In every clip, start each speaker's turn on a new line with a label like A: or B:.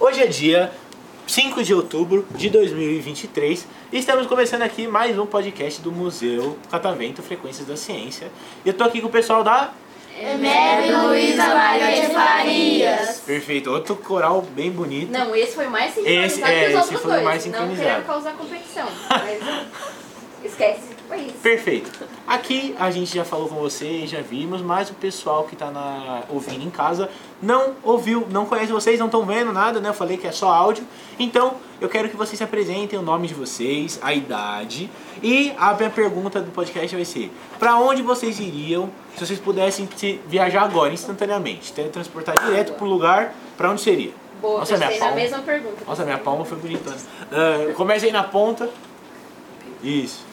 A: Hoje é dia 5 de outubro de 2023 e estamos começando aqui mais um podcast do Museu Catavento Frequências da Ciência. E eu tô aqui com o pessoal da.
B: É
C: Mary Luísa Maria de Farias.
A: Perfeito, outro coral bem bonito.
B: Não, esse foi mais sincronizado
A: Esse-
B: que
A: é,
B: os
A: esse
B: outros
A: foi o
B: dois.
A: mais
B: não
A: sincronizado.
B: querendo causar competição. Mas esquece. Foi isso.
A: Perfeito. Aqui a gente já falou com vocês, já vimos, mas o pessoal que tá na- ouvindo em casa não ouviu, não conhece vocês, não estão vendo nada, né? Eu falei que é só áudio. Então, eu quero que vocês se apresentem, o nome de vocês, a idade. E a minha pergunta do podcast vai ser: pra onde vocês iriam se vocês pudessem se viajar agora, instantaneamente? Teletransportar direto pro lugar, pra onde seria?
B: Boa,
A: Nossa, minha
B: pensei na
A: palma.
B: mesma pergunta.
A: Nossa, minha palma foi bonitona. Ah, Comece aí na ponta. Isso.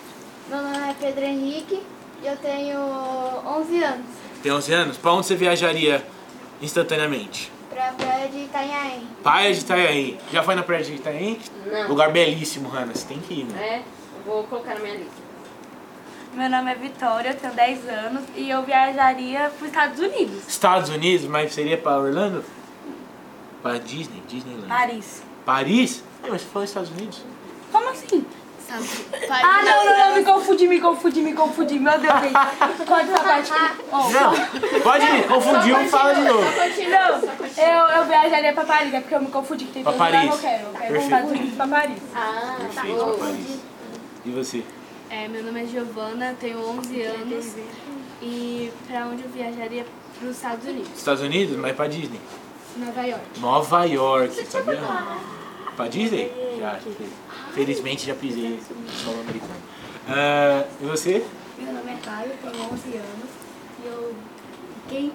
C: Meu nome é Pedro Henrique e eu tenho 11 anos.
A: Tem 11 anos? Pra onde você viajaria instantaneamente?
C: Pra praia de Itanhaém.
A: Praia de Itanhaém. Já foi na praia de Itanhaém?
B: Não.
A: Lugar belíssimo, Hanna. Você tem que ir, né? mano.
B: É, vou colocar na minha lista.
D: Meu nome é Vitória, eu tenho 10 anos e eu viajaria para os Estados Unidos,
A: Estados Unidos, mas seria pra Orlando? Pra Disney? Disneyland.
D: Paris.
A: Paris? Não, mas você falou Estados Unidos?
D: Como assim? Ah, não, não, não, me confundi, me confundi, me confundi, meu Deus. gente. Pode essa parte aqui. Ó,
A: Não, pode ir. Confundiu, fala de novo.
D: Não, eu, eu viajaria para Paris, é porque eu me confundi que tem
A: Pra
D: todo lugar que eu
A: Paris.
D: quero. Eu quero
A: Perfeito.
D: os Estados Unidos para Paris.
B: Ah,
A: Perfeito, pra Paris. E você?
E: É, meu nome é Giovana, eu tenho 11 anos e pra onde eu viajaria? Para os Estados Unidos,
A: Estados Unidos, mas é pra Disney.
E: Nova York.
A: Nova York, sabia? Pra Disney? Já. Felizmente já pisei no solo americano. Ah, e você?
F: Meu nome é Caio, tenho 11 anos e eu, quem,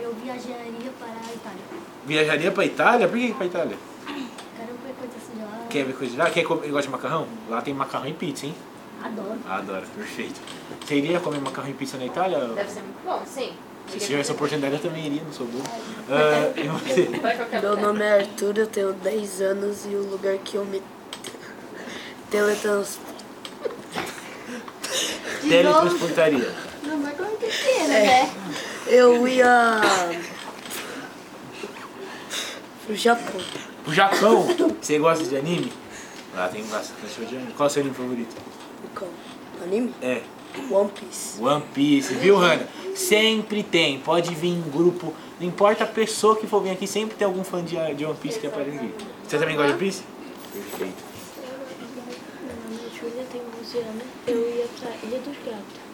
F: eu viajaria para a Itália.
A: Viajaria pra Itália? Por que pra Itália?
F: Quero ver coisa assim de lá,
A: Quer ver coisa de lá? Quer comer, gosta de macarrão? Lá tem macarrão e pizza, hein?
F: adoro.
A: Ah, Adoro, perfeito. Você iria comer macarrão e pizza na Itália?
B: Deve ser muito bom, sim.
A: Se tivesse oportunidade, eu também iria, não sou bobo. Ah, e você?
B: Vai qualquer
G: Meu
B: lugar.
G: nome é Arthur, eu tenho 10 anos e o lugar que eu me teletransporto
A: Teletransportaria.
C: Não vai como que é, né?
G: eu ia pro Japão.
A: O Japão, você gosta de anime? Lá tem bastante show de anime. Qual é o seu anime favorito?
G: Qual? Anime?
A: É,
G: One Piece.
A: One Piece, viu, Hannah? Sempre tem, pode vir em grupo. Não importa a pessoa que for vir aqui, sempre tem algum fã de, de One Piece que aparece aqui. Você também gosta de One Piece? Perfeito.
F: Meu nome é Júlia, tenho 11 anos. Eu ia para Ilha dos Gatos.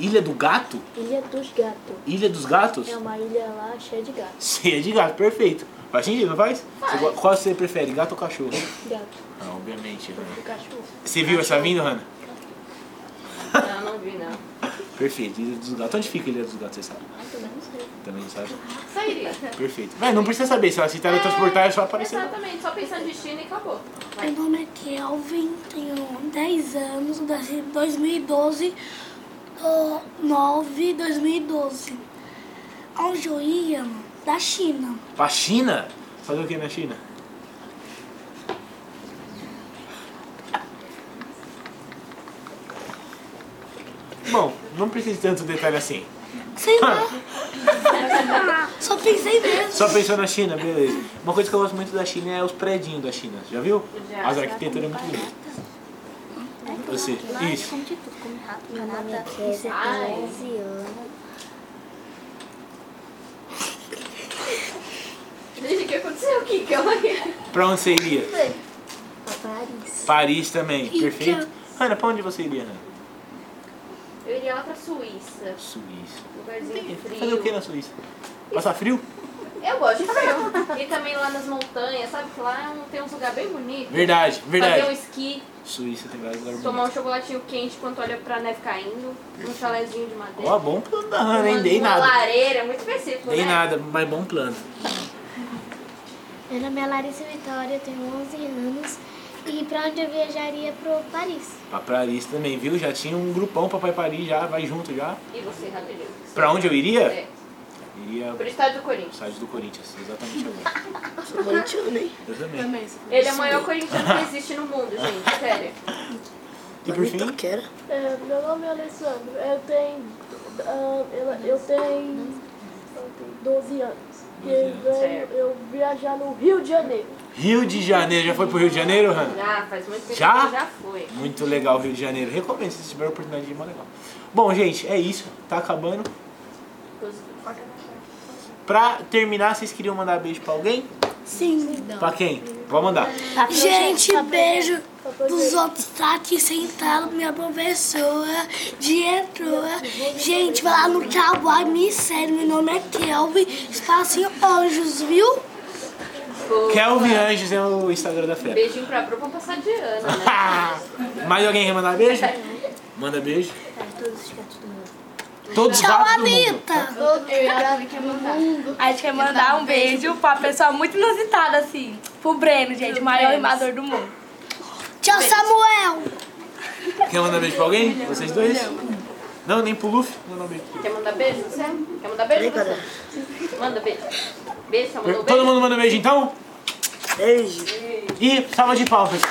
A: Ilha do Gato?
F: Ilha dos Gatos.
A: Ilha dos Gatos?
F: É uma ilha lá cheia de gatos.
A: Cheia de gato, perfeito. Faz sentido, não faz? Você go- qual você prefere, gato ou cachorro?
F: Gato.
A: Ah, obviamente, Hannah.
F: O cachorro.
A: Você viu essa vindo, Hannah?
B: Não, não vi, não.
A: Perfeito, Ilha dos Gatos. Onde fica a Ilha dos Gatos, é você sabe?
F: Ah, também não sei.
A: Também não sabe?
B: Sairia.
A: Perfeito. Mas não precisa saber, se ela se teletransportar é só aparecer. lá.
B: Exatamente, só pensando em destino e acabou.
H: Meu nome é Kelvin, tenho 10 anos, nasci em 2012, do 9 2012. Onde eu ia? Da China.
A: Pra China? Fazer o que na China? Bom, não precisa de tanto detalhe assim.
H: Sei lá. Só pensei mesmo.
A: Só pensou na China, beleza. Uma coisa que eu gosto muito da China é os predinhos da China. Já viu?
B: Já.
A: As arquiteturas é muito bonita.
F: tá.
A: Você, isso.
F: Como de tudo, como rato,
H: é
F: canada.
B: Ai. Gente, o que aconteceu aqui? Calma aí.
A: Pra onde você iria?
F: Paris.
A: Paris também,
H: Então.
A: perfeito. Ana, pra onde você iria, Ana?
B: Eu iria lá pra Suíça. um
A: Suíça.
B: Lugarzinho
A: Fazer o que
B: frio.
A: na Suíça? Passar frio?
B: Eu gosto de frio. E também lá nas montanhas, sabe? Que lá é um- tem uns lugares bem bonitos.
A: Verdade,
B: Fazer um
A: verdade.
B: esqui,
A: Suíça tem vários lugares
B: tomar um
A: bonitos.
B: chocolatinho quente enquanto olha pra neve caindo, um chalezinho de madeira.
A: Ó, bom plano da Ana, hein?
B: Uma-
A: Dei
B: uma
A: nada.
B: lareira, muito específico,
A: Dei
B: né?
A: nada, mas bom plano.
F: Meu nome é Larissa Vitória, eu tenho 11 anos. E pra onde eu viajaria? Pro Paris.
A: Pra Paris também, viu? Já tinha um grupão Papai Paris já, vai junto já.
B: E você, rapidinho?
A: Pra onde eu iria?
B: É.
A: Iria
B: Pro estádio do
A: pro
B: Corinthians.
A: estádio do Corinthians, exatamente agora.
I: Sou corintiano, hein?
A: Eu também.
J: Também, se for.
B: Ele é o maior corintiano que existe no mundo, gente. Sério.
A: E
I: Lá
A: por
I: no
A: fim,
I: Itaquera.
H: É, meu nome é Alessandro. Eu tenho. ah, eu- eu tenho. eu tenho 12 anos. E eu venho
B: Certo.
H: eu viajar no Rio de Janeiro.
A: Rio de Janeiro. Já foi pro Rio de Janeiro, Hannah?
B: Já, faz muito tempo
A: Já?
B: que eu já foi.
A: Muito legal o Rio de Janeiro. Recomendo se tiver a oportunidade de ir, é legal. Bom, gente, é isso. Tá acabando. Pra terminar, vocês queriam mandar beijo pra alguém?
G: Sim.
A: Pra quem? Vou mandar.
G: Gente, beijo
H: Só pra
G: dos outros tá aqui sentado, minha professora de entrada. Gente, vai lá no Cowboy Me Segue, meu nome é Kelvin, espacinho anjos, viu?
B: Pô,
A: Kelvin Anjos é o Instagram da Fera.
B: Beijinho pra Bru pra passar de ano, né?
A: Mais alguém quer mandar beijo? Manda beijo.
K: Todos os gatos do mundo.
A: Todos os
G: Tchau,
A: gatos do mundo.
G: Anitta!
D: A gente quer mandar um beijo pra pessoa muito inusitada, assim. Pro Breno, gente, o maior rimador do mundo.
G: Tchau, Samuel!
A: Quer mandar beijo pra alguém? Vocês dois? Não, nem pro Luffy? Mandar um beijo.
B: Quer mandar beijo você? Quer mandar beijo você? Manda beijo. Beijo, você mandou
A: Todo
B: um beijo?
A: mundo manda beijo então?
I: Beijo.
A: E salva de palmas.